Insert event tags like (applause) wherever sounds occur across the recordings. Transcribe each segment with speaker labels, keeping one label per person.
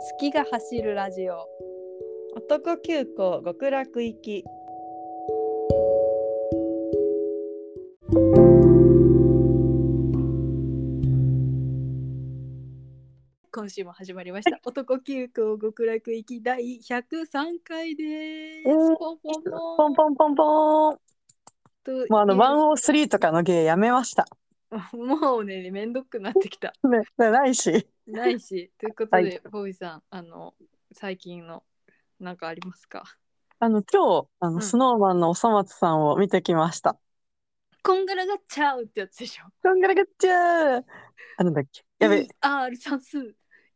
Speaker 1: 月が走るラジオ
Speaker 2: 男急行極楽行き
Speaker 1: 今週も始まりました男急行極楽行き第103回です、
Speaker 2: えー
Speaker 1: ポンポンポ
Speaker 2: ポ
Speaker 1: ン
Speaker 2: ンポンポンポン
Speaker 1: と
Speaker 2: もうあの
Speaker 1: も
Speaker 2: 103とかの芸やめました (laughs)
Speaker 1: うもうねめんどくなってきた
Speaker 2: ねないし
Speaker 1: ないしということで、
Speaker 2: はい
Speaker 1: ボーイさんあの最近のなんかありますか
Speaker 2: あの今日あの、
Speaker 1: うん
Speaker 2: スノーマンのおそ松さんを見てきました
Speaker 1: こんがらがっちゃうってやつでしょ
Speaker 2: こんがらがっちゃうあなんだっけやべ
Speaker 1: ER 算数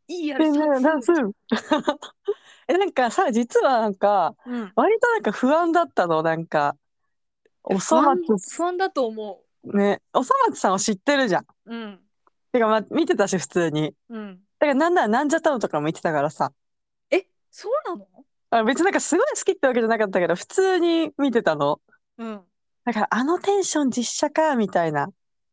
Speaker 1: ER
Speaker 2: 全然ダ
Speaker 1: 算
Speaker 2: ンス
Speaker 1: 数
Speaker 2: (laughs) えなんかさ実はなんか
Speaker 1: うん
Speaker 2: 割となんか不安だったのなんかおそ松
Speaker 1: 不安不安だと思
Speaker 2: ねおそ松さんを知ってるじゃん
Speaker 1: ううん
Speaker 2: てかまあ見てたし普通に
Speaker 1: うん
Speaker 2: だからなんならなんじゃタウとかも見てたからさ
Speaker 1: えそうなの
Speaker 2: あ別になんかすごい好きってわけじゃなかったけど普通に見てたの
Speaker 1: うん
Speaker 2: だからあのテンション実写かみたいな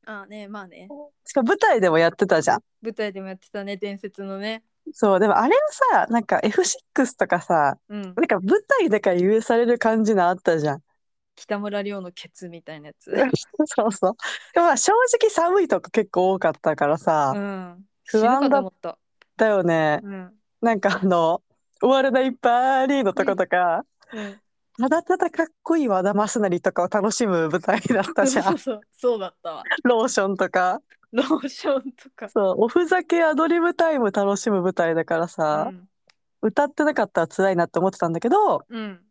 Speaker 1: ああねまあね
Speaker 2: しかも舞台でもやってたじゃん
Speaker 1: 舞台でもやってたね伝説のね
Speaker 2: そうでもあれはさなんか F6 とかさ
Speaker 1: うん
Speaker 2: なんか舞台だから許される感じのあったじゃん (laughs)
Speaker 1: 北村亮のケツみたいなやつ
Speaker 2: そうそうでもまあ正直寒いとか結構多かったからさ、
Speaker 1: うん
Speaker 2: 不安だ
Speaker 1: 死ぬかと思った
Speaker 2: だよね
Speaker 1: うん
Speaker 2: なんかあの「終わらないパーリー」のとことか、
Speaker 1: うん
Speaker 2: ただただかっこいい和田正成とかを楽しむ舞台だったじゃ
Speaker 1: そうん (laughs) そうそうだったわ
Speaker 2: ローションとか
Speaker 1: ローションとか
Speaker 2: そう、おふざけアドリブタイム楽しむ舞台だからさ
Speaker 1: う、ん
Speaker 2: 歌ってなかったら辛いなって思ってたんだけど、
Speaker 1: うん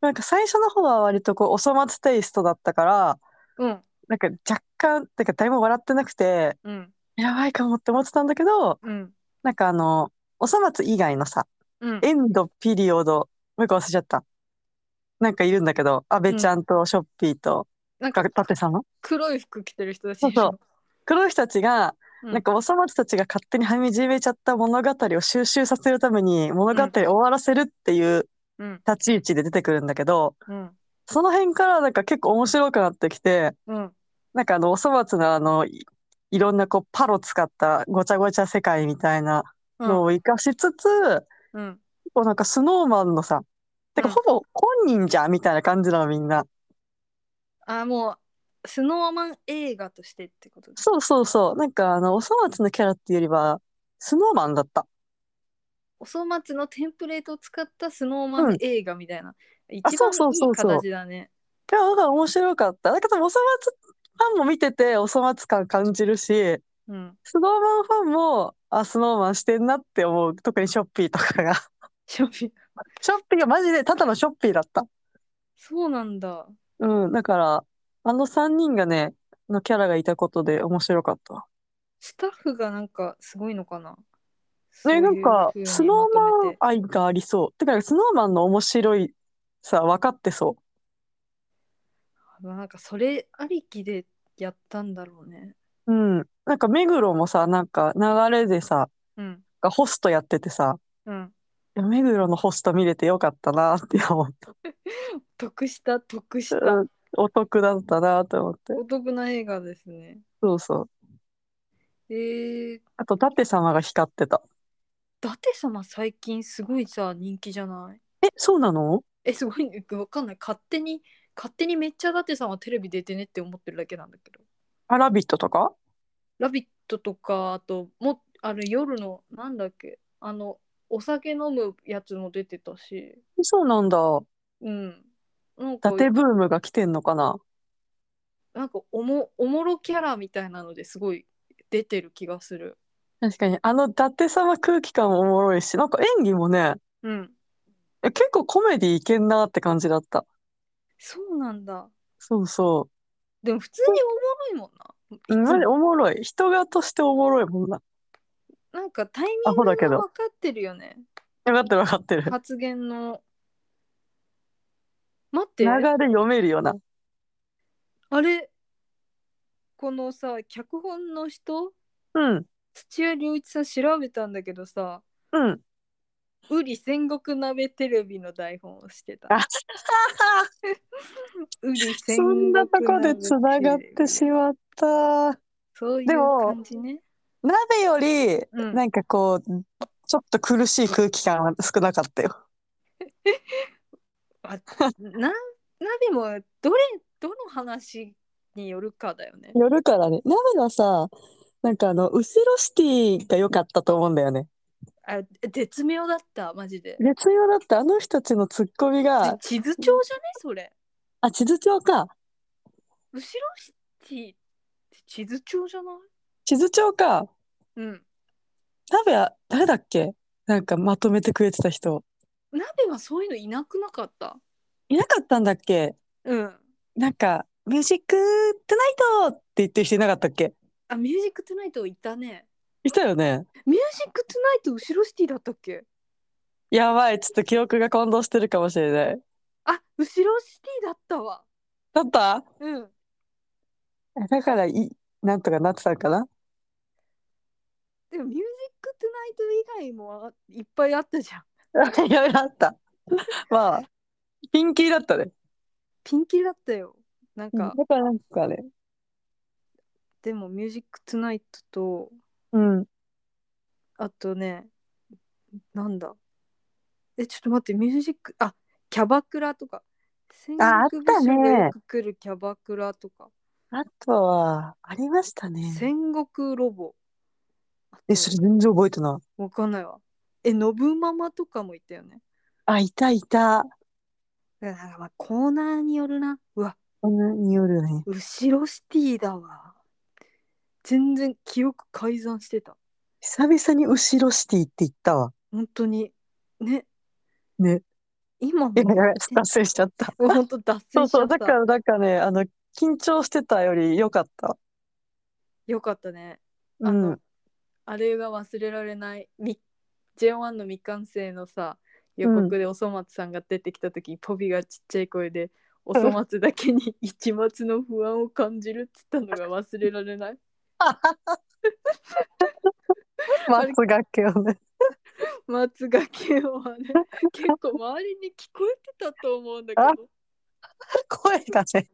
Speaker 2: なんか最初の方は割とこう、お粗末テイストだったから、
Speaker 1: うん
Speaker 2: なんか若干、てか誰も笑ってなくて、
Speaker 1: うん
Speaker 2: やばいかもって思ってたんだけど、
Speaker 1: うん
Speaker 2: なんかあの、お粗末以外のさ、
Speaker 1: うん
Speaker 2: エンド、ピリオド、もう一個忘れちゃった。なんかいるんだけど、安倍ちゃんとショッピーと、
Speaker 1: なん
Speaker 2: か
Speaker 1: か
Speaker 2: 舘様
Speaker 1: 黒い服着てる人たち
Speaker 2: そう
Speaker 1: でしょ
Speaker 2: そう黒い人たちが、
Speaker 1: うん
Speaker 2: なんかお粗末たちが勝手にはみじめちゃった物語を収集させるために物語を終わらせるっていう
Speaker 1: うん
Speaker 2: 立ち位置で出てくるんだけど、
Speaker 1: うん
Speaker 2: その辺からなんか結構面白くなってきて、
Speaker 1: うん
Speaker 2: なんかあのお粗末のあの、いいろんなこうパロ使ったごちゃごちゃ世界みたいなのを活かしつつ、
Speaker 1: うん
Speaker 2: こうなんかスノーマンのさ、てか
Speaker 1: うん
Speaker 2: ほぼ本人じゃんみたいな感じなのみんな。
Speaker 1: あもうスノーマン映画としてってことです
Speaker 2: そうそうそう。なんかあのお粗末のキャラっていうよりは、スノーマンだった。
Speaker 1: おそ松のテンプレートを使ったスノーマン
Speaker 2: うん
Speaker 1: 映画みたいな、一
Speaker 2: あ
Speaker 1: 番
Speaker 2: そうそ
Speaker 1: いい
Speaker 2: うそ
Speaker 1: う
Speaker 2: そう
Speaker 1: 形だね
Speaker 2: いや、だから面白かった。だけど、おそ松ファンも見てて、おそ松感感じるし、 (laughs)
Speaker 1: うん
Speaker 2: スノーマンファンも、あ、スノーマンしてんなって思う。特にショッピーとかが。
Speaker 1: ショッピング
Speaker 2: (laughs) ショッピーがマジでただのショッピーだった。
Speaker 1: そうなんだ
Speaker 2: うん、だから、あの3人がね、のキャラがいたことで面白かった。
Speaker 1: スタッフがなんかすごいのかな
Speaker 2: ね、なんか、スノーマン
Speaker 1: ン
Speaker 2: 愛がありそう。てか、スノーマンの面白いさ、分かってそ
Speaker 1: なんかそれありきでやったんだろうね
Speaker 2: う。うん。なんか、目黒もさ、なんか、流れでさ、
Speaker 1: うん
Speaker 2: ホストやっててさ、
Speaker 1: うん
Speaker 2: いや目黒のホスト見れてよかったなって思った。
Speaker 1: 得した得した、
Speaker 2: うんお得だったなと思って。
Speaker 1: お得な映画ですね
Speaker 2: そうそう。
Speaker 1: えー、
Speaker 2: あと、舘様が光ってた。
Speaker 1: 伊達様最近すごいさ人気じゃない
Speaker 2: え、そうなの
Speaker 1: えすごいわかんない勝手に勝手にめっちゃ舘さんはテレビ出てねって思ってるだけなんだけど
Speaker 2: あ、ラビットとか
Speaker 1: 「ラビット!」とかあともあれ夜のなんだっけあのお酒飲むやつも出てたし
Speaker 2: そうなんだ。
Speaker 1: うんなん
Speaker 2: 伊
Speaker 1: か
Speaker 2: 達ブームが来てんのかな
Speaker 1: なんかおもおもろキャラみたいなのですごい出てる気がする
Speaker 2: 確かに、あの伊達様空気感もおもろいし、なんか演技もね、
Speaker 1: うん
Speaker 2: え、結構コメディいけんなって感じだった。
Speaker 1: そうなんだ
Speaker 2: そうそ。
Speaker 1: でも普通におもろいもんないうつ
Speaker 2: マジ
Speaker 1: も
Speaker 2: おもろい。人柄としておもろいもんな。
Speaker 1: なんかタイミン
Speaker 2: ア
Speaker 1: グ
Speaker 2: ホ
Speaker 1: が
Speaker 2: だけ
Speaker 1: 分
Speaker 2: ど
Speaker 1: かってるよね
Speaker 2: 分かってる分かってる。
Speaker 1: 発言の待って
Speaker 2: 流れ読めるよな。
Speaker 1: あれこのさ脚本の人
Speaker 2: うん、
Speaker 1: 土屋良一さん調べたんだけどさ
Speaker 2: うん。
Speaker 1: ウリ戦国鍋テレビの台本をしてた
Speaker 2: あ
Speaker 1: (laughs) ウリ戦
Speaker 2: そん
Speaker 1: 国
Speaker 2: な
Speaker 1: 鍋
Speaker 2: とこでつながってしまった。
Speaker 1: そういう
Speaker 2: でも
Speaker 1: 感じね
Speaker 2: 鍋より、
Speaker 1: うん
Speaker 2: なんかこう、ちょっと苦しい空気感は少なかったよ。
Speaker 1: あななでもどれどの話によるかだよね。
Speaker 2: よるからね。鍋のさ、なんかあの、ウセロシティが良かったと思うんだよね。
Speaker 1: あ絶妙だったマジで。
Speaker 2: 絶妙だってあの人たちのツッコミが、
Speaker 1: 地図帳じゃねそれ。
Speaker 2: あ、地図帳か。
Speaker 1: 後ろシティって地図帳じゃない
Speaker 2: 地図帳か。
Speaker 1: うん。
Speaker 2: 鍋は、誰だっけなんかまとめてくれてた人。
Speaker 1: 鍋はそういうのいなくなかった。
Speaker 2: いなかったんだっけ
Speaker 1: うん。
Speaker 2: なんか、ミュージックトゥナイトって言ってる人いなかったっけ
Speaker 1: あ、ミュージックトゥナイトいたね。
Speaker 2: いたよね。
Speaker 1: ミュージックトゥナイト後ろシティだったっけ
Speaker 2: やばい、ちょっと記憶が混同してるかもしれない。
Speaker 1: あ、後ろシティだったわ。
Speaker 2: だった
Speaker 1: うん。
Speaker 2: だからい、なんとかなってたのかな (laughs)
Speaker 1: でもミュージックトゥナイト以外もあいっぱいあったじゃん。
Speaker 2: いろいろあった。まあ、ピンキーだったね。
Speaker 1: ピンキリだったよ。なんか、
Speaker 2: だからなんかね。
Speaker 1: でもミュージックトゥナイトと、
Speaker 2: うん。
Speaker 1: あとね、なんだ。え、ちょっと待って、ミュージック、あ、キャバクラとか。戦
Speaker 2: ああったね
Speaker 1: でよく来るキャバクラとか。
Speaker 2: あとは、ありましたね。
Speaker 1: 戦国ロボ。あと
Speaker 2: え、それ全然覚えてな
Speaker 1: わかんないわ。え、信ママとかもいたよね。
Speaker 2: い。あ、いたいた。
Speaker 1: いやなんかまあコーナーによるな。うわ、
Speaker 2: これによるよね。
Speaker 1: 後ろシティだわ。全然記憶改ざんしてた。
Speaker 2: 久々に後ろシティって言ったわ。
Speaker 1: 本当に。ね、
Speaker 2: ね。
Speaker 1: 今も
Speaker 2: いや、やば
Speaker 1: 全
Speaker 2: い
Speaker 1: 然
Speaker 2: 達成しちゃった。
Speaker 1: (laughs) 本当脱
Speaker 2: (laughs) そ
Speaker 1: 線
Speaker 2: う
Speaker 1: しち
Speaker 2: そ
Speaker 1: ゃ
Speaker 2: う。
Speaker 1: っ
Speaker 2: だか
Speaker 1: た。
Speaker 2: ら、なんかね、あの、緊張してたより良かった。
Speaker 1: よかったね。
Speaker 2: う
Speaker 1: あの、
Speaker 2: ん。
Speaker 1: あれが忘れられない。み J1 の未完成のさ、予告でおそ松さんが出てきた時、ポビがちっちゃい声で、おそ松だけに一抹の不安を感じるっつったのが忘れられない。
Speaker 2: 松がけをね。
Speaker 1: 松がけはね、結構周りに聞こえてたと思うんだけど。
Speaker 2: 声が (laughs) ね。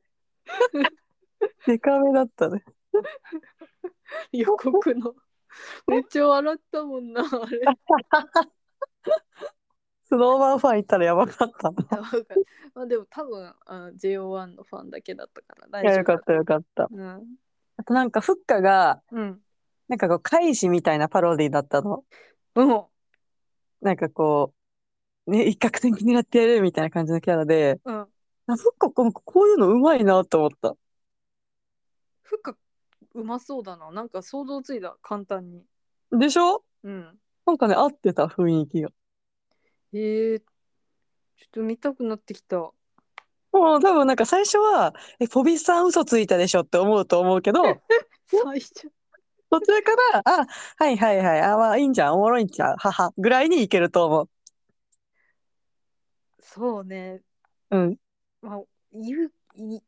Speaker 2: でかめだったね。
Speaker 1: 予告の。めっちゃ笑ったもんな、あれ。
Speaker 2: スノーマンファンいたらやばかった (laughs) な。
Speaker 1: まあでも多分あの JO1 のファンだけだったから大
Speaker 2: いや、
Speaker 1: 丈
Speaker 2: よ
Speaker 1: 夫
Speaker 2: かったよかった。
Speaker 1: うん。
Speaker 2: あとなんか、フッカが、
Speaker 1: うん。
Speaker 2: なんかこう、怪獣みたいなパロディだったの。
Speaker 1: うん。
Speaker 2: なんかこう、ね、一攫千金狙ってやるみたいな感じのキャラで、
Speaker 1: うん。
Speaker 2: あフッカこうこういうのうまいなと思った。
Speaker 1: ふっかうまそうだな。なんか想像ついた、簡単に。
Speaker 2: でしょ
Speaker 1: うん。
Speaker 2: なんかね、合ってた雰囲気が。
Speaker 1: えー、ちょっと見たくなってきた。
Speaker 2: もう多分なんか最初は、え、ポビさん嘘ついたでしょって思うと思
Speaker 1: (laughs)
Speaker 2: うけど、
Speaker 1: 最初。
Speaker 2: 途中から、あ、はいはいはい、あ、まあいいんじゃん、おもろいんじゃん、はは、ぐらいにいけると思
Speaker 1: そうね。
Speaker 2: う。うん。
Speaker 1: まあ、言う、い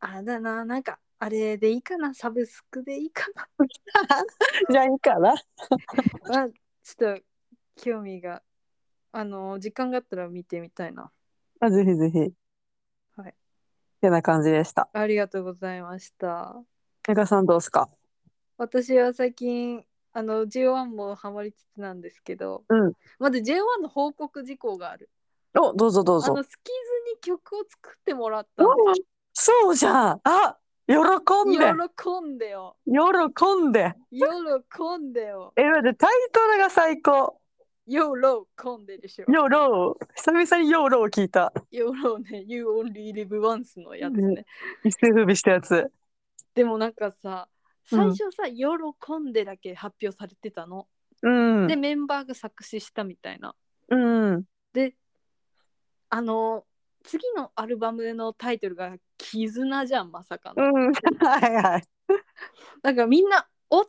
Speaker 1: あれだな。なんか、あれでいいかな。サブスクでいいかな。 (laughs)
Speaker 2: じゃあいいかな。
Speaker 1: まあ、ちょっと、興味が。あの、時間があったら見てみたいな。
Speaker 2: まあ、ぜひぜひ。
Speaker 1: はい。
Speaker 2: てな感じでした。
Speaker 1: ありがとうございました。
Speaker 2: メガさんどうですか
Speaker 1: 私は最近あの J1 もハマりつつなんですけど、
Speaker 2: うん
Speaker 1: まず J1 の報告事項がある
Speaker 2: お、どうぞどう
Speaker 1: あ
Speaker 2: ぞ
Speaker 1: の。スキーズに曲を作ってもらったん
Speaker 2: おそうじゃん。あ、喜んで。
Speaker 1: で喜んでよ
Speaker 2: 喜んで。
Speaker 1: 喜んでよ
Speaker 2: え、待って、タイトルが最高。
Speaker 1: 喜んででしょ
Speaker 2: ヨーロー。久々にヨーロー聞いた。
Speaker 1: 喜んで (laughs) You only live once のやつね、
Speaker 2: うん一世風靡したやつ。
Speaker 1: でもなんかさ最初さ、喜んでだけ発表されてたの、
Speaker 2: うん。
Speaker 1: でメンバーが作詞したみたいな
Speaker 2: うん。
Speaker 1: であの次のアルバムのタイトルが「絆」じゃんまさかの
Speaker 2: う。ん。はいはい。
Speaker 1: なんかみんなお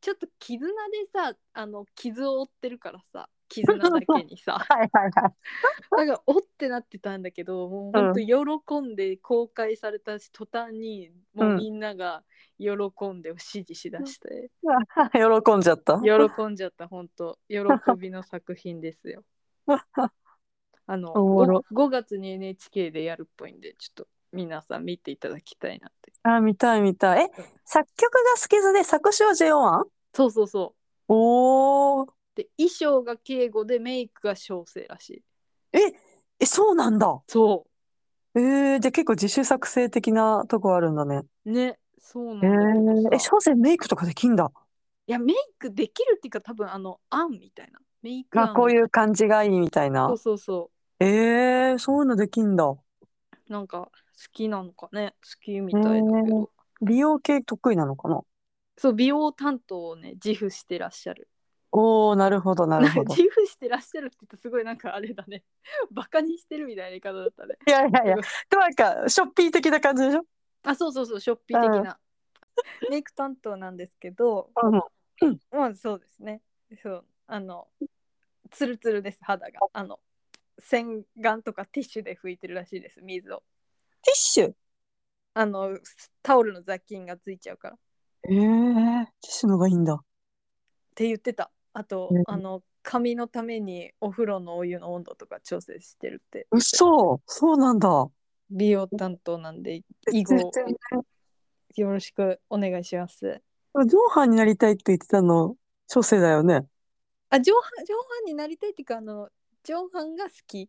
Speaker 1: ちょっと絆でさあの傷を負ってるから
Speaker 2: (laughs)
Speaker 1: さ絆だけにさ
Speaker 2: はいはいはい。
Speaker 1: なんかおってなってたんだけどもうほんと喜んで公開されたし途端にもうみんなが喜んで支持しだ
Speaker 2: (laughs)
Speaker 1: して、
Speaker 2: 喜んじゃった。
Speaker 1: 喜んじゃったほんと喜びの作品です
Speaker 2: (laughs)
Speaker 1: よ。あの
Speaker 2: おも
Speaker 1: 5,
Speaker 2: ろ
Speaker 1: 月に NHK でやるっぽいんでちょっと皆さん見ていただきたいなって
Speaker 2: あ、見たい見たい。え、作曲が好きずで作詞は J1?
Speaker 1: そうそうそう
Speaker 2: おー。
Speaker 1: で衣装が敬語でメイクが小生らしい
Speaker 2: え、そうなんだ。
Speaker 1: そ
Speaker 2: えー、じゃあ結構自主作成的なとこあるんだね。
Speaker 1: うねそうなん
Speaker 2: え
Speaker 1: だけどさ
Speaker 2: ー、え、小生メイクとかできんだ。
Speaker 1: いやメイクできるっていうか多分あの案みたいなメイク
Speaker 2: まあ、
Speaker 1: 案
Speaker 2: こういう感じがいいみたいな
Speaker 1: そう。そうそ
Speaker 2: えー、そういうのできんだ。
Speaker 1: うなんか好きなのかね好きみたいだけど、
Speaker 2: へー美容系得意なのかな
Speaker 1: そう美容担当をね自負してらっしゃる
Speaker 2: おー、なるほど、なるほど。い
Speaker 1: (laughs) 自負してらっしゃるって言うとすごいなんかあれだね (laughs) バカにしてるみたいな言い方だったね
Speaker 2: (laughs) やいやいや、でもなんか、ショッピー的な感じでしょ
Speaker 1: あそうそうそうショッピー的な、メイク担当なんですけど
Speaker 2: うん。
Speaker 1: まあそうですねそうあのツルツルです肌があの洗顔とかティッシュで拭いてるらしいです水を
Speaker 2: ティッシュ
Speaker 1: あのタオルの雑菌がついちゃうからっ
Speaker 2: えー、ティッシュのがいいんだ。
Speaker 1: て言ってたあと、
Speaker 2: うん
Speaker 1: あの髪のためにお風呂のお湯の温度とか調整してるって
Speaker 2: 嘘そうなんだ。
Speaker 1: 美容担当なんで以
Speaker 2: 全
Speaker 1: 後
Speaker 2: 然
Speaker 1: よろしくお願いします
Speaker 2: ジョンハンになりたいって言ってたの、小生だよね。
Speaker 1: あ上半上半になりたいっていうかあの上半が好き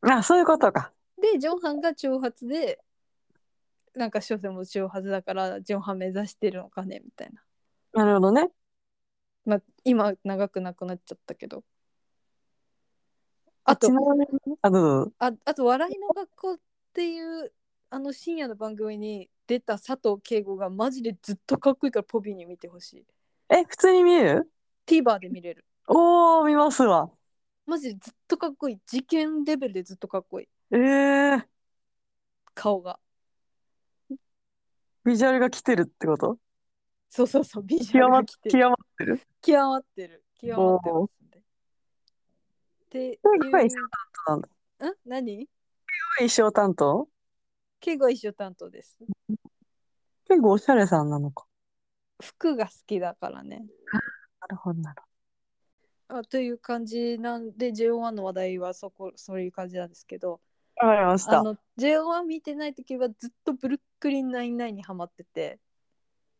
Speaker 2: あ、そういうことか。
Speaker 1: で上半が長髪でなんか小生も長髪だから上半目指してるのかねみたいな
Speaker 2: なるほどね。
Speaker 1: まあ今長くなくなっちゃったけど
Speaker 2: あ
Speaker 1: あと
Speaker 2: ちなみに、あ、どうぞどうぞ
Speaker 1: ああと「笑いの学校」っていうあの深夜の番組に出た佐藤敬吾がマジでずっとかっこいいからポビに見てほしい
Speaker 2: え、普通に見える
Speaker 1: TVer で見れる
Speaker 2: おー、見ますわ。
Speaker 1: マジでずっとかっこいい事件レベルでずっとかっこいい
Speaker 2: えー、
Speaker 1: 顔が
Speaker 2: ビジュアルが来てるってこと
Speaker 1: そうそうそうビジュアル
Speaker 2: 極ま
Speaker 1: が
Speaker 2: っ
Speaker 1: 来て
Speaker 2: 極
Speaker 1: る
Speaker 2: まってる。
Speaker 1: 極まってる極まってますんでっていう
Speaker 2: それが衣装担当なんだ。
Speaker 1: ん何
Speaker 2: 衣装担当
Speaker 1: 敬語は一緒担当です
Speaker 2: 結構おしゃれさんなのか。
Speaker 1: 服が好きだからね
Speaker 2: なるほど、なる
Speaker 1: あという感じなんで JO1 の話題はそこそういう感じなんですけど
Speaker 2: ほど。わかりまし
Speaker 1: あ
Speaker 2: た。
Speaker 1: の JO1 見てない時はずっとブルックリン99にハマってて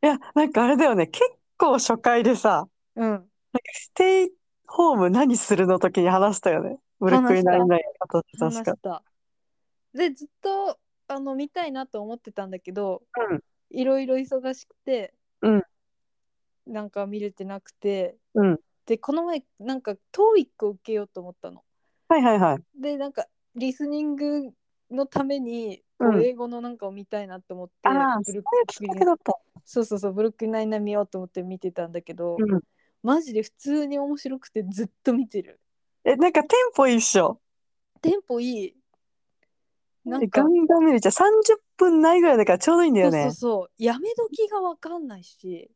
Speaker 2: いや、なんかあれだよね。結構初回でさ、
Speaker 1: うん
Speaker 2: ステイホーム何するの時に話したよね。ブルックリンナインナインの形
Speaker 1: 話
Speaker 2: 確か
Speaker 1: し。たでずっとあの見たいなと思ってたんだけどいろいろ忙しくて、
Speaker 2: うん
Speaker 1: なんか見れてなくて
Speaker 2: うん。うん。
Speaker 1: でこの前なんか TOEIC を受けようと思ったの
Speaker 2: はいはいはい。
Speaker 1: でなんかリスニングのためにこう
Speaker 2: うん
Speaker 1: 英語のなんかを見たいなと思って、
Speaker 2: ああ、
Speaker 1: ブ
Speaker 2: そ
Speaker 1: ル
Speaker 2: うい
Speaker 1: ッ
Speaker 2: う
Speaker 1: ク
Speaker 2: きっ
Speaker 1: リ
Speaker 2: か
Speaker 1: ン
Speaker 2: けだった。
Speaker 1: そうそうそうブルックリン99見ようと思って見てたんだけど、
Speaker 2: うん。
Speaker 1: マジで普通に面白くてずっと見てる
Speaker 2: え、なんかテンポ一緒。
Speaker 1: テンポいいなんか
Speaker 2: ガンガン見れちゃう。30分ないぐらいだからちょうどいいん
Speaker 1: そ
Speaker 2: だよ
Speaker 1: うそう
Speaker 2: ね。
Speaker 1: そうやめ時がわかんないし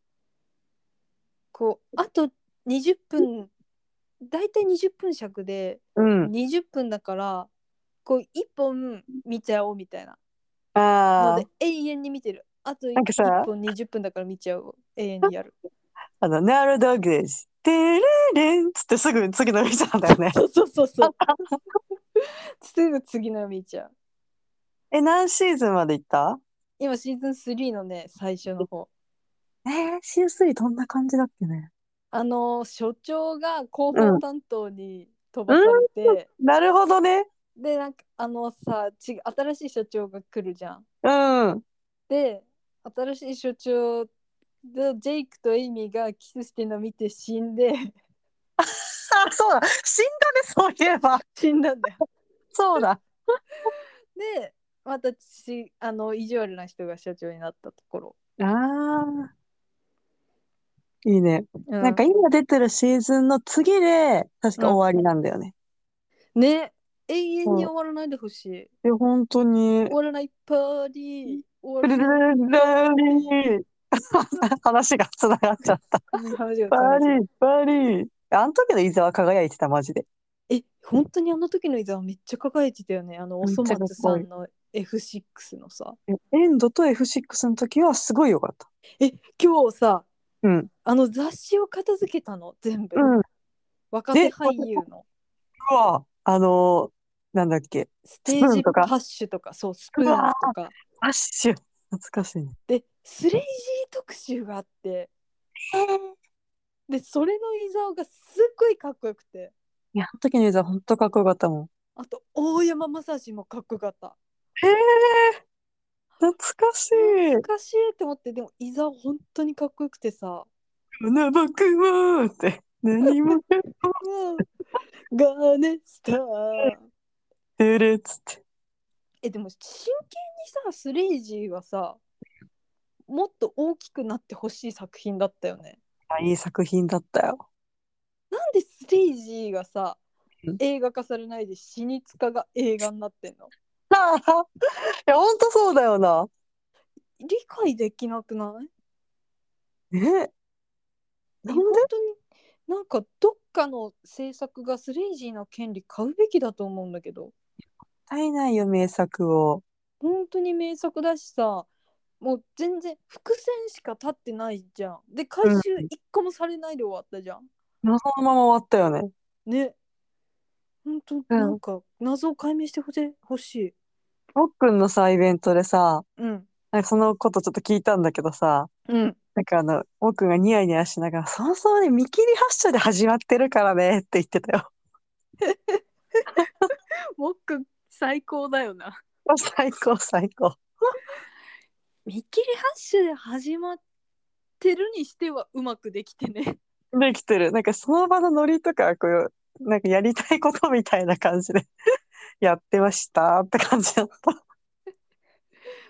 Speaker 1: こうあと20分大体20分尺で
Speaker 2: うん。
Speaker 1: 20分だからこう1本見ちゃおうみたいなの
Speaker 2: あ
Speaker 1: で永遠に見てるあと
Speaker 2: なんかさ
Speaker 1: 1本20分だから見ちゃおう永遠にやる
Speaker 2: あ、あの、ナルドグレージ。テレレンっつってすぐ次の見ちゃうんだよね。
Speaker 1: そうそうそうそう (laughs) すぐ次の見ちゃう
Speaker 2: え、何シーズンまで行った
Speaker 1: 今シーズン3のね最初の方
Speaker 2: えー、シーズン3どんな感じだっけね。
Speaker 1: あの所長が広報担当に飛ばされて、
Speaker 2: なるほどね。
Speaker 1: でなんかあのさち新しい所長が来るじゃん。
Speaker 2: うん。
Speaker 1: で新しい所長でジェイクとエイミーがキスしてるの見て死ん
Speaker 2: (laughs)
Speaker 1: で
Speaker 2: あ、そうだ。死んだね、そういえば。
Speaker 1: 死んだんだよ。
Speaker 2: そうだ。
Speaker 1: でまたしあの意地悪な人が所長になったところ。
Speaker 2: (laughs) ああ。いいね。
Speaker 1: う
Speaker 2: なんか今出てるシーズンの次で、確か終わりなんだよね。
Speaker 1: ね永遠に終わらないでほしい。
Speaker 2: で、本当に
Speaker 1: 終。わらないパーティー終
Speaker 2: プ (laughs)
Speaker 1: わ
Speaker 2: ル
Speaker 1: ら
Speaker 2: ル
Speaker 1: ない
Speaker 2: ルルリー話がつながっちゃった。
Speaker 1: 話がつ
Speaker 2: バ
Speaker 1: まんない
Speaker 2: リー、バリー。あの時の伊沢輝いてた、マジで。
Speaker 1: え本当にあの時の伊沢めっちゃ輝いてたよねあのお
Speaker 2: めっち
Speaker 1: そ
Speaker 2: ゃかっこいい
Speaker 1: 松さんの F6 のさ
Speaker 2: エンドと F6 の時はすごい良かった。
Speaker 1: え今日さ
Speaker 2: うん。
Speaker 1: あの雑誌を片付けたの全部、
Speaker 2: うん。う
Speaker 1: 若手俳優の
Speaker 2: わ、あのー、なんだっけ。
Speaker 1: ステー
Speaker 2: スプー
Speaker 1: ジ
Speaker 2: ンと
Speaker 1: パ
Speaker 2: か
Speaker 1: ッシュとかそうスプーンとか
Speaker 2: アッシュ。懐かしいね。
Speaker 1: でスレイジー特集があってでそれの伊沢がすっごいかっこよくて
Speaker 2: いや、あの時の伊沢ほんとかっこよかったもん。
Speaker 1: あと大山雅史もかっこよかった
Speaker 2: へえ懐かしい
Speaker 1: お。かしいって思ってでも伊沢本当にかっこよくてさ
Speaker 2: この僕はって、何も (laughs) かっこ
Speaker 1: 「ガネスター
Speaker 2: てるっつって。」
Speaker 1: えでも真剣にさスレイジーはさもっと大きくなってほしい作品だったよね
Speaker 2: あいい作品だったよ。
Speaker 1: なんでスレイジーがさ
Speaker 2: うん
Speaker 1: 映画化されないで死につかが映画になってんの
Speaker 2: (laughs) はあいや、ほんとそうだよな。
Speaker 1: 理解できなくないえ
Speaker 2: ねなんで
Speaker 1: 本当になんかどっかの制作がスレイジーの権利買うべきだと思うんだけど
Speaker 2: 絶いないよ、名作を。
Speaker 1: 本当に名作だしさもう全然伏線しか立ってないじゃんで回収一個もされないで終わったじゃん、
Speaker 2: 謎のまま終わったよね。
Speaker 1: ね本当なんか謎を解明してほしいほしい
Speaker 2: もっくんのさ、イベントでさ、
Speaker 1: うん
Speaker 2: なんかそのことちょっと聞いたんだけどさ、
Speaker 1: うん
Speaker 2: なんかあの、もっくんがニヤニヤしながら、そもそもね、見切り発車で始まってるからねって言ってたよ。 (laughs)
Speaker 1: もっくん最高だよな
Speaker 2: 最高、最高。
Speaker 1: 見切り発車で始まってるにしてはうまくできてね
Speaker 2: できてる。なんかその場のノリとか、こう、なんかやりたいことみたいな感じで (laughs) やってましたって感じだった。
Speaker 1: (laughs)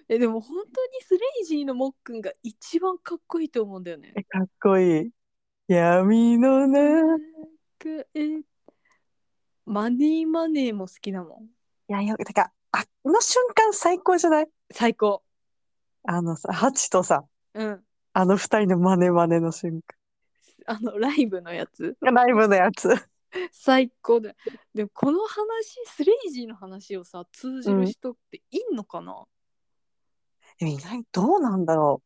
Speaker 1: えでも本当にスレイジーのもっくんが一番かっこいいと思うんだよね
Speaker 2: えかっこいい。闇のね。
Speaker 1: えマネーマネーも好きだもん
Speaker 2: いや、よく、だから、ああの瞬間最高じゃない
Speaker 1: 最高
Speaker 2: あのさ、ハチとさ、
Speaker 1: うん
Speaker 2: あの二人のマネマネの瞬
Speaker 1: あのライブのやつ
Speaker 2: 間。ライブのやつ。
Speaker 1: 最高だよでもこの話スレイジーの話をさ通じる人っていんのかな、
Speaker 2: え意外にどうなんだろ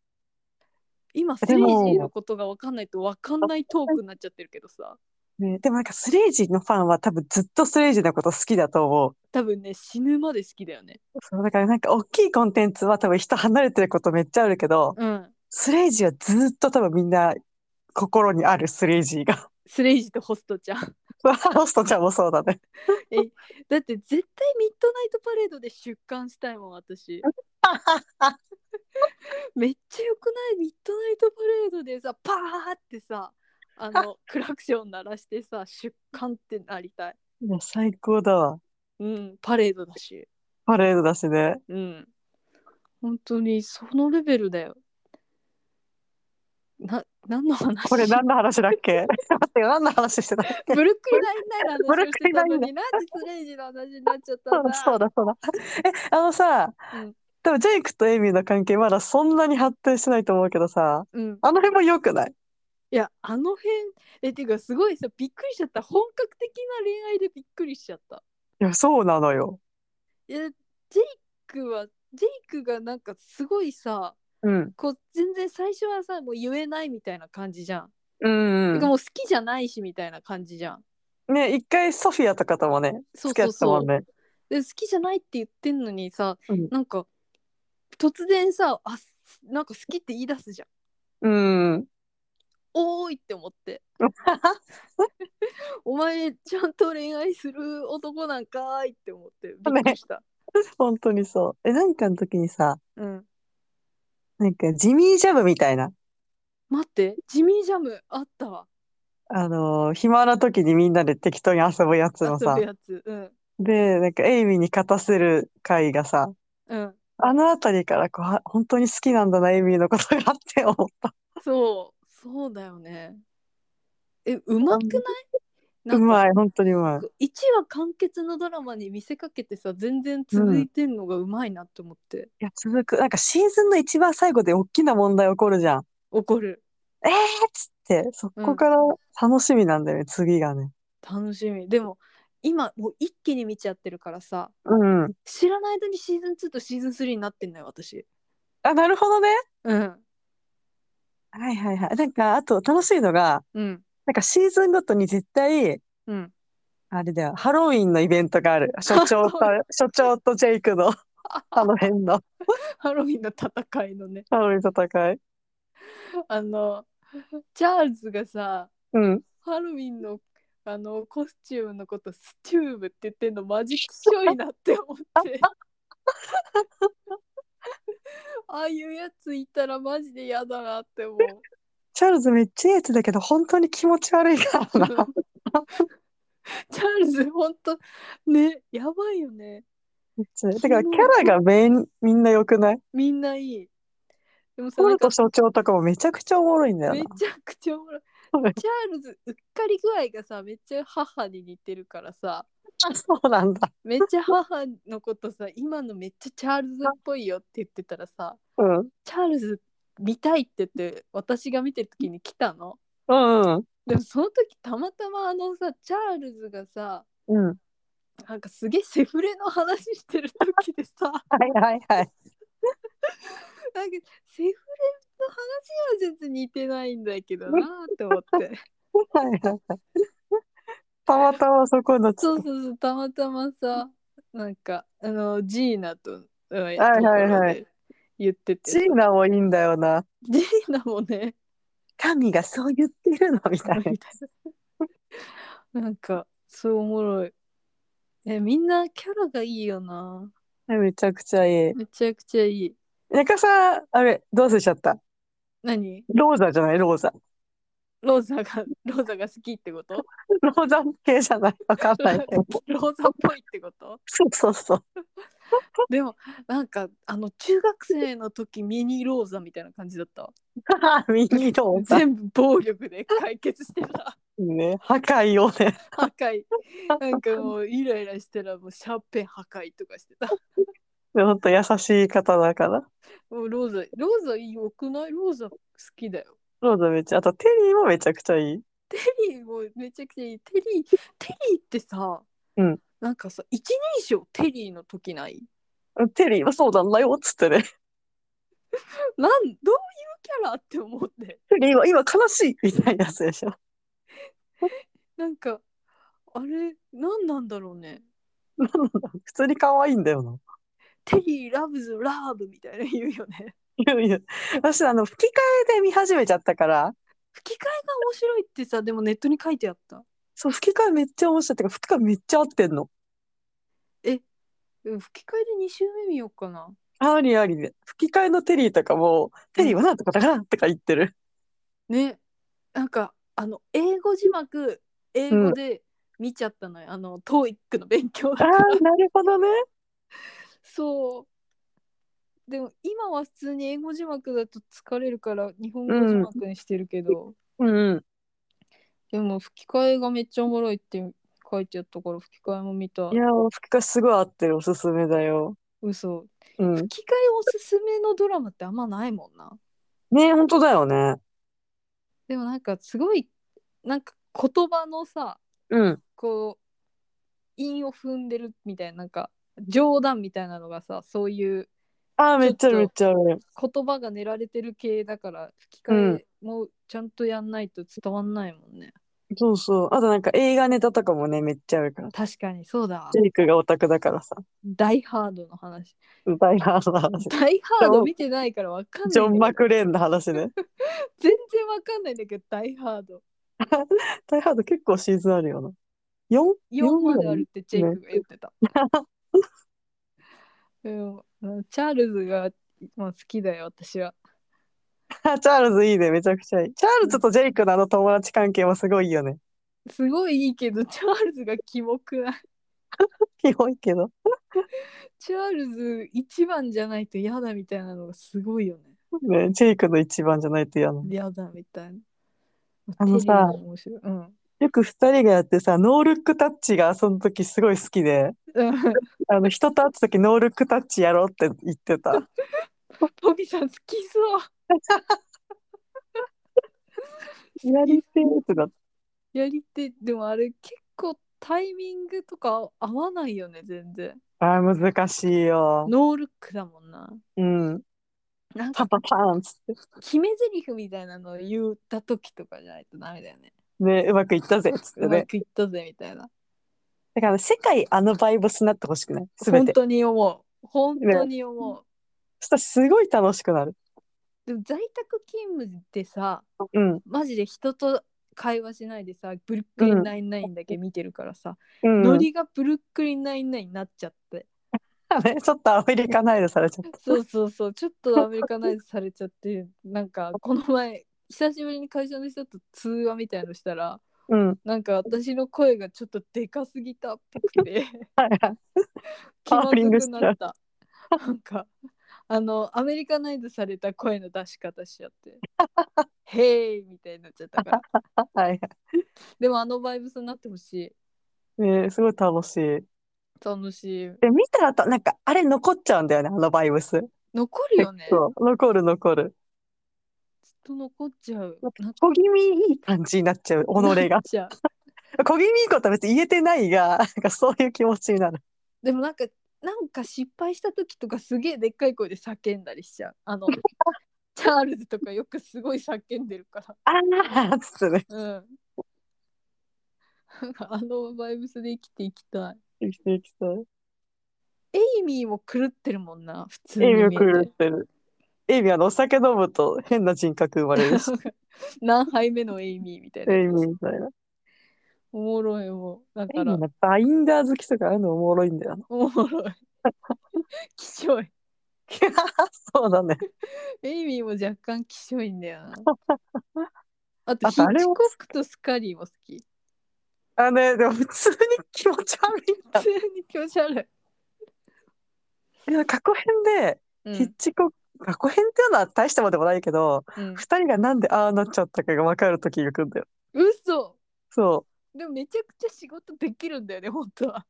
Speaker 1: 今スレ
Speaker 2: で
Speaker 1: イジ
Speaker 2: も
Speaker 1: ーのことが分かんないと分かんないトークになっちゃってるけどさ
Speaker 2: う。ね、でもなんかスレイジーのファンは多分ずっとスレイジーのこと好きだと思う。
Speaker 1: 多分ね死ぬまで好きだよね
Speaker 2: そうだからなんか大きいコンテンツは多分人離れてることめっちゃあるけど、
Speaker 1: うん
Speaker 2: スレイジーはずっと多分みんな心にあるスレイジーが。 (laughs)
Speaker 1: スレイジーとホストちゃん (laughs)
Speaker 2: ロストちゃんもそうだね。
Speaker 1: だって絶対ミッドナイトパレードで出刊したいもん (laughs) 私めっちゃよくないミッドナイトパレードでさパーってさあのクラクション鳴らしてさ出刊ってなりたい
Speaker 2: いや最高だわ。
Speaker 1: うんパレードだし
Speaker 2: パレードだしね。
Speaker 1: うん。本当にそのレベルだよ。な、何の話
Speaker 2: これ何の話だっけ (laughs) 待ってよ何の話してたっけ
Speaker 1: ブルックリンナインナインの
Speaker 2: ブ
Speaker 1: 話
Speaker 2: ル
Speaker 1: を
Speaker 2: ッ
Speaker 1: し
Speaker 2: ク
Speaker 1: てた
Speaker 2: リンナイ
Speaker 1: の
Speaker 2: ン
Speaker 1: に、なんでスレイジの話になっちゃった
Speaker 2: そ
Speaker 1: ん
Speaker 2: うだ
Speaker 1: だ
Speaker 2: そうだそうだ。 (laughs) え、あのさ、
Speaker 1: うん
Speaker 2: でもジェイクとエミの関係まだそんなに発展してないと思うけどさ、
Speaker 1: うん、
Speaker 2: あの辺も良くない
Speaker 1: いやあの辺えっていうかすごいさびっくりしちゃった本格的な恋愛でびっくりしちゃった
Speaker 2: いや、そうなのよ。
Speaker 1: いやジェイクはジェイクがなんかすごいさ
Speaker 2: うん。
Speaker 1: こう全然最初はさもう言えないみたいな感じじゃん、
Speaker 2: うん、
Speaker 1: てかもう好きじゃないしみたいな感じじゃん
Speaker 2: ね、一回ソフィアとかともね、
Speaker 1: そう
Speaker 2: 付き
Speaker 1: そ
Speaker 2: 合っ
Speaker 1: う
Speaker 2: てた
Speaker 1: そう
Speaker 2: もんね。
Speaker 1: で好きじゃないって言ってんのにさ、
Speaker 2: うん
Speaker 1: なんか突然さあすなんか好きって言い出すじゃん
Speaker 2: うん。
Speaker 1: おーいって思ってお前ちゃんと恋愛する男なんかーいって思ってびっくりした、
Speaker 2: (laughs) 本当にそう。え、なんかの時にさ、
Speaker 1: うん
Speaker 2: なんかジミージャムみたいな、
Speaker 1: 待ってジミージャムあったわ
Speaker 2: あのー暇な時にみんなで適当に遊ぶやつの
Speaker 1: 遊
Speaker 2: さ
Speaker 1: ぶ、やつうん
Speaker 2: で、なんかエイミーに勝たせる回がさ、
Speaker 1: うん
Speaker 2: あのあたりからこう、あ本当に好きなんだな、エイミーのことがって思った。
Speaker 1: そうそうだよねえうまくないな
Speaker 2: うん
Speaker 1: か
Speaker 2: まい、本当にうまい。
Speaker 1: 1話完結のドラマに見せかけてさ全然続いてんのがうまいなって思って、
Speaker 2: いや、続く。なんかシーズンの一番最後で大きな問題起こるじゃん。
Speaker 1: 怒る
Speaker 2: えーっつって、そこから楽しみなんだよね、次がね。
Speaker 1: 楽しみでも今もう一気に見ちゃってるからさ
Speaker 2: うん。
Speaker 1: 知らない間にシーズン2とシーズン3になってんのよ私
Speaker 2: あ、なるほどね。
Speaker 1: うん
Speaker 2: はいはいはい。なんか、あと楽しいのが、
Speaker 1: うん
Speaker 2: なんかシーズンごとに絶対、
Speaker 1: うん
Speaker 2: あれだよ、ハロウィンのイベントがある。所長と、所長とジェイクの、あの辺の、
Speaker 1: ハロウィンの戦いのね
Speaker 2: ハロウィン戦い。
Speaker 1: あのチャールズがさ
Speaker 2: うん。
Speaker 1: ハロウィンのあのコスチュームのことスチューブって言ってんのマジきしょいなって思って。ああいうやついたらマジで嫌だなって思う。
Speaker 2: チャールズめっちゃいいやつだけど、本当に気持ち悪いか
Speaker 1: (laughs)
Speaker 2: らな。
Speaker 1: チャールズ本当ねやばいよね
Speaker 2: だからキャラがめんみんな良くない
Speaker 1: みんないい。でもさ
Speaker 2: ポ
Speaker 1: なん
Speaker 2: ル
Speaker 1: か
Speaker 2: ト所長とかもめちゃくちゃおもろいんだよ
Speaker 1: め
Speaker 2: な。
Speaker 1: ちゃくちゃおもろい。
Speaker 2: そう
Speaker 1: チャールズうっかり具合がさめっちゃ母に似てるからさ
Speaker 2: (laughs) そうなんだ。
Speaker 1: めっちゃ母のことさ今のめっちゃチャールズっぽいよって言ってたらさ
Speaker 2: うん。
Speaker 1: チャールズ見たいって言って私が見てる時に来たの。
Speaker 2: うんうん。
Speaker 1: でもその時たまたまあのさチャールズがさ
Speaker 2: うん。
Speaker 1: なんかすげえセフレの話してる時でさ
Speaker 2: はいはいはい。
Speaker 1: なんかセフレの話は別に似てないんだけどなって思って
Speaker 2: はいはいはい。たまたまそこの
Speaker 1: (laughs) そうそうそうたまたまさなんかあのジーナとうん
Speaker 2: いはいは
Speaker 1: と
Speaker 2: い
Speaker 1: ころで言ってて
Speaker 2: ジーナもいいんだよな。
Speaker 1: ジーナも (laughs) ね
Speaker 2: 神がそう言ってるのみたいな。
Speaker 1: (laughs) なんかそうおもろいえみんなキャラがいいよな
Speaker 2: めちゃくちゃいい。
Speaker 1: めちゃくちゃいい
Speaker 2: 中さん、あれ、どうせしちゃった。
Speaker 1: 何
Speaker 2: ローザじゃない、ローザ。
Speaker 1: ローザがローザが好きってこと
Speaker 2: ローザ系じゃない。わかんないけど。
Speaker 1: (laughs) ローザっぽいってこと
Speaker 2: そうそうそう。
Speaker 1: でもなんかあの中学生の時ミニローザみたいな感じだったわ (laughs)
Speaker 2: (laughs) ミニローザ。
Speaker 1: 全部暴力で解決して
Speaker 2: (laughs)
Speaker 1: た
Speaker 2: ね、破壊をね。
Speaker 1: 破壊なんかもうイライラしたらもうシャーペン破壊とかしてた
Speaker 2: ほんと優しい方だから。
Speaker 1: もうローザローザいいよくないローザ好きだよ
Speaker 2: ローザめっちゃ、あとテリーもめちゃくちゃいい。
Speaker 1: テリーもめちゃくちゃいいテリーテリーってさ、
Speaker 2: うん
Speaker 1: なんかさ一人称テリーの時ない
Speaker 2: テリーはそうなんだよ、つってね。 (laughs)
Speaker 1: なんどういうキャラって思って
Speaker 2: テリーは今悲しいみたいなやつでしょ。
Speaker 1: なんかあれ何なんだろうね
Speaker 2: なんなんだろう普通に可愛いんだよな。
Speaker 1: テリーラブズラブみたいな言うよね
Speaker 2: いやいや、私、あの、吹き替えで見始めちゃったから、
Speaker 1: 吹き替えが面白いってさでもネットに書いてあった
Speaker 2: そう、吹き替えめっちゃ面白い。てか、吹き替えめっちゃ合ってんの。
Speaker 1: うん吹き替えで2週目見ようかな
Speaker 2: ありありで。吹き替えのテリーとかも、テリーはなんとかだからとか言ってる。
Speaker 1: ねなんかあの英語字幕英語で見ちゃったのよ、あの TOEIC の勉
Speaker 2: (laughs)
Speaker 1: 強だ
Speaker 2: あ
Speaker 1: か
Speaker 2: あ
Speaker 1: ら
Speaker 2: ー、なるほどね。
Speaker 1: そうでも今は普通に英語字幕だと疲れるから日本語字幕にしてるけど、
Speaker 2: うんうん。
Speaker 1: でも吹き替えがめっちゃおもろいって書いてあったから吹き替えも見た
Speaker 2: いやー、吹き替えすごい合ってる。おすすめだよ。
Speaker 1: 嘘
Speaker 2: うん。
Speaker 1: 吹き替えおすすめのドラマってあんまないもんな
Speaker 2: ねえ、ほんとだよね。
Speaker 1: でもなんかすごいなんか言葉のさ
Speaker 2: うん。
Speaker 1: こう韻を踏んでるみたいななんか冗談みたいなのがさそういう
Speaker 2: ああ、めっちゃ
Speaker 1: ちょっと
Speaker 2: めっちゃある。
Speaker 1: 言葉が練られてる系だから吹き
Speaker 2: う
Speaker 1: 替
Speaker 2: ん
Speaker 1: えもちゃんとやんないと伝わんないもんね、
Speaker 2: そうそう。あとなんか映画ネタとかもね、めっちゃあるから。
Speaker 1: 確かにそうだ
Speaker 2: ジェイクがオタクだからさ。
Speaker 1: ダイハードの話
Speaker 2: ダイハードの話。
Speaker 1: ダイハード見てないからわかんないんだけ
Speaker 2: ジ
Speaker 1: ど
Speaker 2: ョン・マクレーンの話ね。
Speaker 1: 全然わかんないんだけどダイハード
Speaker 2: ダイハード結構シーズンあるよな。4?
Speaker 1: 4まであるってジェイクが言ってた、 (laughs) でもチャールズが、まあ、好きだよ私は
Speaker 2: あ (laughs) チャールズいいね、めちゃくちゃいい。チャールズとジェイクのあの友達関係もすごいいいよね。
Speaker 1: すごいいいけどチャールズがキモくない (laughs)
Speaker 2: 広いけど。
Speaker 1: チャールズ一番じゃないと嫌だみたいなのがすごいよね
Speaker 2: ね、ジェイクの一番じゃないと嫌なの。
Speaker 1: 嫌だみたいな
Speaker 2: あの
Speaker 1: テ
Speaker 2: さ
Speaker 1: レビも面白いうん (laughs)
Speaker 2: よく二人がやってさ、ノールックタッチがその時すごい好きで、
Speaker 1: うん
Speaker 2: あの人と会った時ノールックタッチやろうって言ってた。
Speaker 1: ポビさん好きそう (laughs)
Speaker 2: やりてーってなって。
Speaker 1: やりてでもあれ結構タイミングとか合わないよね全然
Speaker 2: ああ、難しいよ。
Speaker 1: ノールックだもんな
Speaker 2: うん。
Speaker 1: なん
Speaker 2: パ
Speaker 1: か
Speaker 2: パパーンっつって。
Speaker 1: 決め台詞みたいなのを言った時とかじゃないとダメだよね
Speaker 2: ね、うまくいったぜっつって
Speaker 1: うま
Speaker 2: ね。
Speaker 1: くいったぜみたいな
Speaker 2: だから世界あのバイブスになってほしくないすべ
Speaker 1: 本
Speaker 2: て。
Speaker 1: 当に思う本当に思
Speaker 2: そしたらすごい楽しくなる。
Speaker 1: うでも在宅勤務ってさ
Speaker 2: うん。
Speaker 1: マジで人と会話しないでさブルックリンナインナインだけ見てるからさ、
Speaker 2: うん、
Speaker 1: ノリがブルックリンナインナインになっちゃって
Speaker 2: ね、 (laughs) ちょっとアメリカナイズされちゃった。
Speaker 1: そうそうそうちょっとアメリカナイズされちゃってなんかこの前久しぶりに会社の人と通話みたいのしたら
Speaker 2: うん。
Speaker 1: なんか私の声がちょっとでかすぎたっぽくて
Speaker 2: はいはい。
Speaker 1: 気ま
Speaker 2: (laughs) パワーリング
Speaker 1: ずく
Speaker 2: しちゃう
Speaker 1: なったなんかあのアメリカナイズされた声の出し方しちゃって「へい!」みたいになっちゃったから
Speaker 2: あはいはい。
Speaker 1: でもあのバイブスになってほしい
Speaker 2: ねすごい楽しい。
Speaker 1: 楽しい
Speaker 2: で、見たらと、なんか、あれ残っちゃうんだよね、あのバイブス。
Speaker 1: 残るよねずっ
Speaker 2: そう。残る残る。
Speaker 1: と残っちゃうな
Speaker 2: 小気味いい感じになっちゃう、己
Speaker 1: な
Speaker 2: (laughs) が
Speaker 1: っ。ちゃう
Speaker 2: 小気味いいことは別に言えてないが、なんかそういう気持ちになる。
Speaker 1: でもなんかなんか失敗した時とかすげえでっかい声で叫んだりしちゃうあ
Speaker 2: (laughs)
Speaker 1: のチャールズとかよくすごい叫んでるか
Speaker 2: あーっつってね。
Speaker 1: らうんなんかあのバイブスで生きていきたい
Speaker 2: 生きていきたい。
Speaker 1: エイミーも狂ってるもんな普通に
Speaker 2: エイミ
Speaker 1: 見えて (laughs)
Speaker 2: は狂ってる。エイミはあのお酒飲むと変な人格生まれるし。
Speaker 1: 何杯目のエイミーみたいな
Speaker 2: エイミみたいな。
Speaker 1: おもろいもんだ
Speaker 2: エイ
Speaker 1: か
Speaker 2: ミ
Speaker 1: ら
Speaker 2: はバインダー好きとかああいうのおもろいんだよ
Speaker 1: (laughs)
Speaker 2: な。
Speaker 1: おもろいきしょい
Speaker 2: そうだね。
Speaker 1: エイミーも若干きしょいんだよなあと
Speaker 2: あ
Speaker 1: ヒッ
Speaker 2: とあれ
Speaker 1: チコ
Speaker 2: も
Speaker 1: ックとスカリーも好き
Speaker 2: あね、でも普通に気持ち悪いん
Speaker 1: 普 (laughs)
Speaker 2: だ
Speaker 1: 通に気持ち悪い
Speaker 2: いや。過去編で、
Speaker 1: うん
Speaker 2: ヒッチコック、過去編っていうのは大したもんでもないけど、
Speaker 1: うん、
Speaker 2: 二人がなんでああなっちゃったかが分かる時が来るんだよ。
Speaker 1: 嘘
Speaker 2: そう。
Speaker 1: でもめちゃくちゃ仕事できるんだよね本当は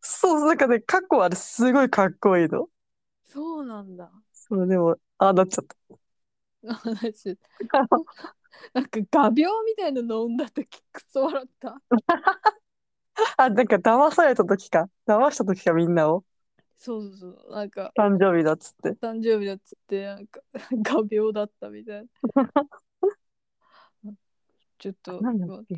Speaker 2: そう、なんかね、過去あれすごいかっこいいの。
Speaker 1: そうなんだ
Speaker 2: そう、でも、ああなっちゃった。
Speaker 1: 話なんか画鋲みたいなの飲んだ時クソ笑った
Speaker 2: あ、なんか騙された時か。騙した時か、みんなを。
Speaker 1: そうそうそうなんか
Speaker 2: 誕生日だっつって。
Speaker 1: 誕生日だっつってなんか (laughs) 画鋲だったみたいなちょっと
Speaker 2: なんだっけ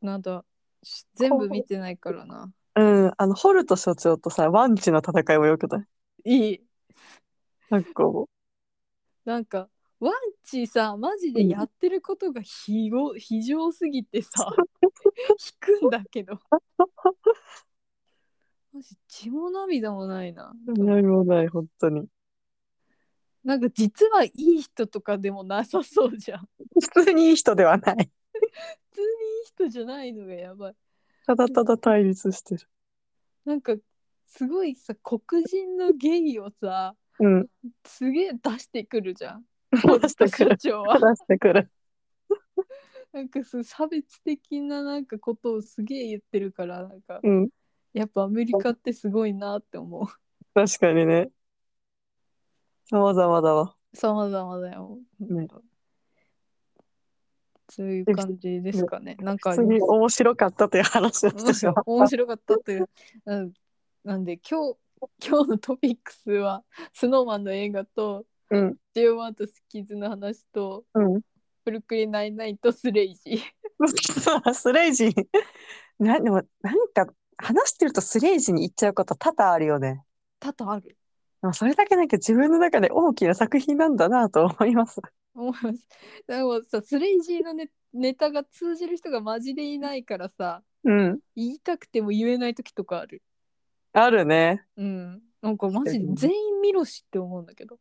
Speaker 1: なんだし全部見てないからな
Speaker 2: うん、あの、ホルト所長とさ、ワンチの戦いもよくない
Speaker 1: いい
Speaker 2: なんかこ
Speaker 1: なんかワンチさマジでやってることがひご非常すぎてさ引くんだけどマジ血も涙もないな
Speaker 2: う、何もない、本当に。
Speaker 1: なんか実はいい人とかでもなさそうじゃん (laughs)
Speaker 2: 普通にいい人ではない。
Speaker 1: 普通にいい人じゃないのがやばい
Speaker 2: ただただ対立してる。
Speaker 1: なんかすごいさ黒人のゲイをさ
Speaker 2: うん、
Speaker 1: すげえ出してくるじゃん
Speaker 2: (laughs) 出してく
Speaker 1: 社
Speaker 2: る。
Speaker 1: 長は
Speaker 2: 出してくる。
Speaker 1: なんかそう差別的ななんかことをすげえ言ってるからなんか
Speaker 2: うん、
Speaker 1: やっぱアメリカってすごいなって思う
Speaker 2: (laughs) 確かにね。様々だわ。
Speaker 1: 様々だよ。
Speaker 2: ね
Speaker 1: そういう感じですかね。なんかあ
Speaker 2: 普
Speaker 1: り
Speaker 2: 通
Speaker 1: ま
Speaker 2: に
Speaker 1: す
Speaker 2: 面白かったという話をしてしまっ
Speaker 1: (laughs) 面白かったという。うんなんで今日今日のトピックスはスノーマンの映画と
Speaker 2: た。うん、
Speaker 1: JO1 とスキーズの話と
Speaker 2: うん。 (laughs)
Speaker 1: ブルックリンナインナインとスレイジー。
Speaker 2: スレイジーな、でも、なんか、話してるとスレイジーに行っちゃうこと多々あるよね。
Speaker 1: 多々ある。
Speaker 2: でもそれだけなんか自分の中で大きな作品なんだなと思います。
Speaker 1: 思います。でもさスレイジーのネネタが通じる人がマジでいないからさ
Speaker 2: うん。
Speaker 1: 言いたくても言えない時とかある。
Speaker 2: あるね。
Speaker 1: うん。なんかマジで全員見ろしって思うんだけど。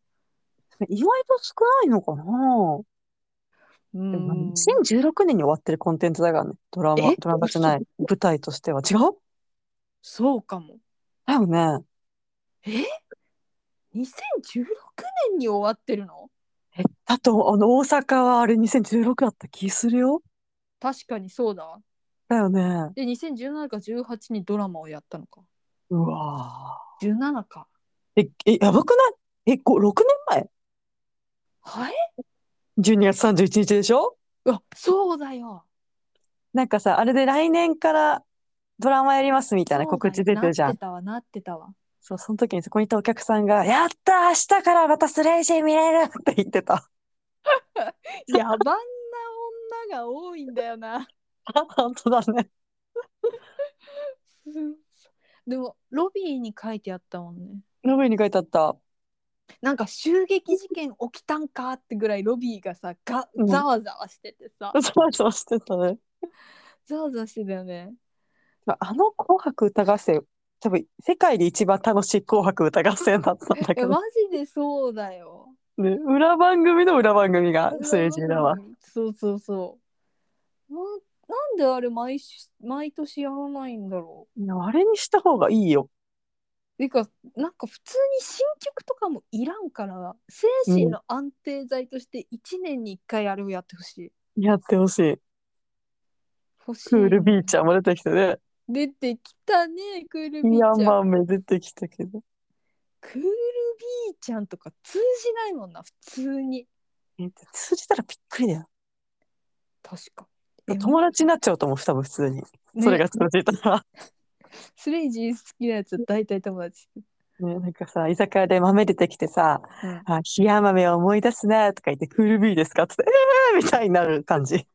Speaker 2: 意外と少ないのかな
Speaker 1: う
Speaker 2: でも
Speaker 1: ん。
Speaker 2: 2016年に終わってるコンテンツだからね。ドラマ
Speaker 1: え、
Speaker 2: ドラマじゃない。舞台としては。違う
Speaker 1: そうかも。
Speaker 2: だよね。
Speaker 1: 2016年に終わってるの
Speaker 2: あと、あの、大阪はあれ2016だった気するよ。
Speaker 1: 確かにそうだわ。
Speaker 2: だよね。
Speaker 1: で、2017か18にドラマをやったのか。
Speaker 2: うわ
Speaker 1: 17か。
Speaker 2: ーえ、え、やばくないえ、こ6年
Speaker 1: はい
Speaker 2: 前 ?12 月31日でしょ
Speaker 1: うわ、そうだよ。
Speaker 2: なんかさ、あれで来年からドラマやりますみたいな告知出てるじゃ
Speaker 1: なっ
Speaker 2: ん
Speaker 1: て。たわ、なってたわ。
Speaker 2: そう、その時にそこにいたお客さんが、やったー明日からまたスレイジー見れるって言ってた。 (laughs)
Speaker 1: 野蛮な女が多いんだよな。 (laughs)
Speaker 2: 本当だね。 (laughs)
Speaker 1: でも、ロビーに書いてあったもんね。
Speaker 2: ロビーに書いてあった。
Speaker 1: なんか襲撃事件起きたんかってぐらいロビーがさが
Speaker 2: うん
Speaker 1: ざわざわしててさ、
Speaker 2: そうそうしてたね。
Speaker 1: ざわざわしてたよね
Speaker 2: まああの紅白歌合戦、多分世界で一番楽しい紅白歌合戦だったんだ
Speaker 1: え
Speaker 2: け
Speaker 1: マ
Speaker 2: ど、
Speaker 1: ジでそうだよ
Speaker 2: ね、裏番組の裏番組が政治だわ。
Speaker 1: そうそうそうななんであれ毎し毎年やらないんだろ
Speaker 2: いやあれにした方がいいよ。
Speaker 1: うてかなんか普通に新曲とかもいらんから精神の安定剤として1年に1回あれをやってほしい
Speaker 2: やってほしい。
Speaker 1: 欲しい
Speaker 2: クールビーちゃんも出てきてね。
Speaker 1: 出てきたねクールビ
Speaker 2: ミヤ
Speaker 1: ーちゃん
Speaker 2: マンメ出てきたけど。
Speaker 1: クールビーちゃんとか通じないもんな普通に
Speaker 2: え通じたらびっくりだよ。
Speaker 1: 確か
Speaker 2: 友達になっちゃうと思う、多分普通に。
Speaker 1: ね
Speaker 2: それが通じたら。
Speaker 1: スレイジー好きなやつは大体友達、
Speaker 2: ね、なんかさ、居酒屋で豆出てきてさ、
Speaker 1: うん
Speaker 2: あ、冷や豆を思い出すなとか言って、クールビーですかって言って、えーみたいになる感じ。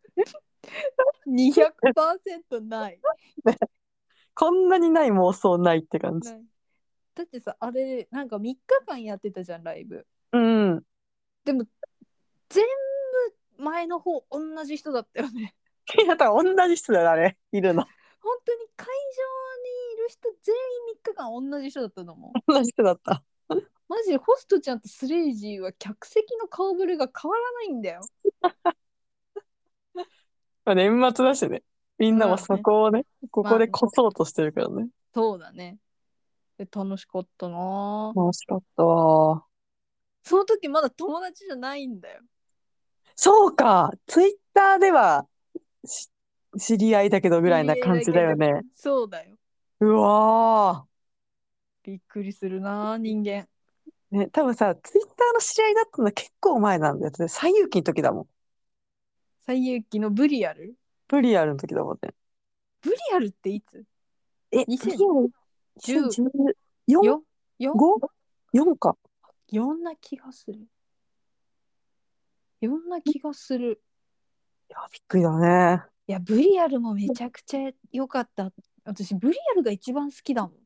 Speaker 1: 200%ない
Speaker 2: こんなにない妄想ないって感じ。
Speaker 1: ないだってさあれなんか3日間やってたじゃんライブ
Speaker 2: うん。 (laughs)
Speaker 1: でも全部前の方同じ人だったよね (laughs)
Speaker 2: いや、多分同じ人だよ、あれ、いるの。
Speaker 1: 本当に会場にいる人全員3日間同じ人だったのもん
Speaker 2: 同じ人だった。
Speaker 1: マジでホストちゃんとスレイジーは客席の顔ぶれが変わらないんだよ
Speaker 2: まあ、年末だしね。みんなもそこをね、ここでこそうとしてるからね。
Speaker 1: そうだねで楽しかったなぁ
Speaker 2: 楽しかったわ。
Speaker 1: その時まだ友達じゃないんだよ
Speaker 2: そうか、ツイッターではし知り合いだけどぐらいな感じだよね。
Speaker 1: そうだよ
Speaker 2: うわ
Speaker 1: びっくりするなぁ人間
Speaker 2: ー。ね、多分さ、ツイッターの知り合いだったの結構前なんだよね。西遊記の時だもん。
Speaker 1: 最有機のブリアル
Speaker 2: ブリアルの時だもんね。
Speaker 1: ブリアルっていつ
Speaker 2: え、
Speaker 1: 2000
Speaker 2: 2014?5?4
Speaker 1: よよ
Speaker 2: か。
Speaker 1: よんな気がするよんな気がする
Speaker 2: いや、びっくりだね。
Speaker 1: いやブリアルもめちゃくちゃ良かった私ブリアルが一番好きだもん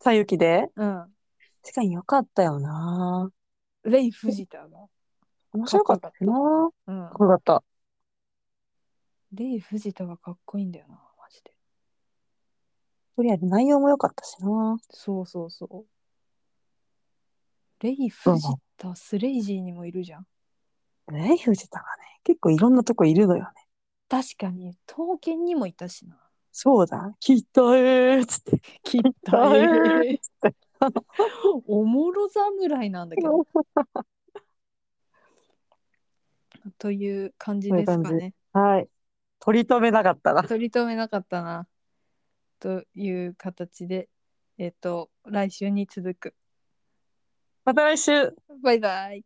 Speaker 2: 西遊記で
Speaker 1: うん
Speaker 2: 確かに良かったよな。
Speaker 1: レイ・フジタが、
Speaker 2: 面白かったな。か
Speaker 1: うん
Speaker 2: っ、こよかった。
Speaker 1: レイ・フジタがかっこいいんだよなマジで
Speaker 2: ブリアル内容も良かったしな。
Speaker 1: そうそうそうレイ・フジタスレイジーにもいるじゃん
Speaker 2: レイフジタがね、結構いろんなとこいるのよね。
Speaker 1: 確かに刀剣にもいたしな
Speaker 2: そうだ。きっとえーっつって。
Speaker 1: きっ
Speaker 2: とえ
Speaker 1: おもろ侍なんだけどという感じですか
Speaker 2: そういう
Speaker 1: ね
Speaker 2: はい。取り留めなかったな。
Speaker 1: 取り留めなかったなという形でえっ、と来週に続く
Speaker 2: また来週。
Speaker 1: バイバイ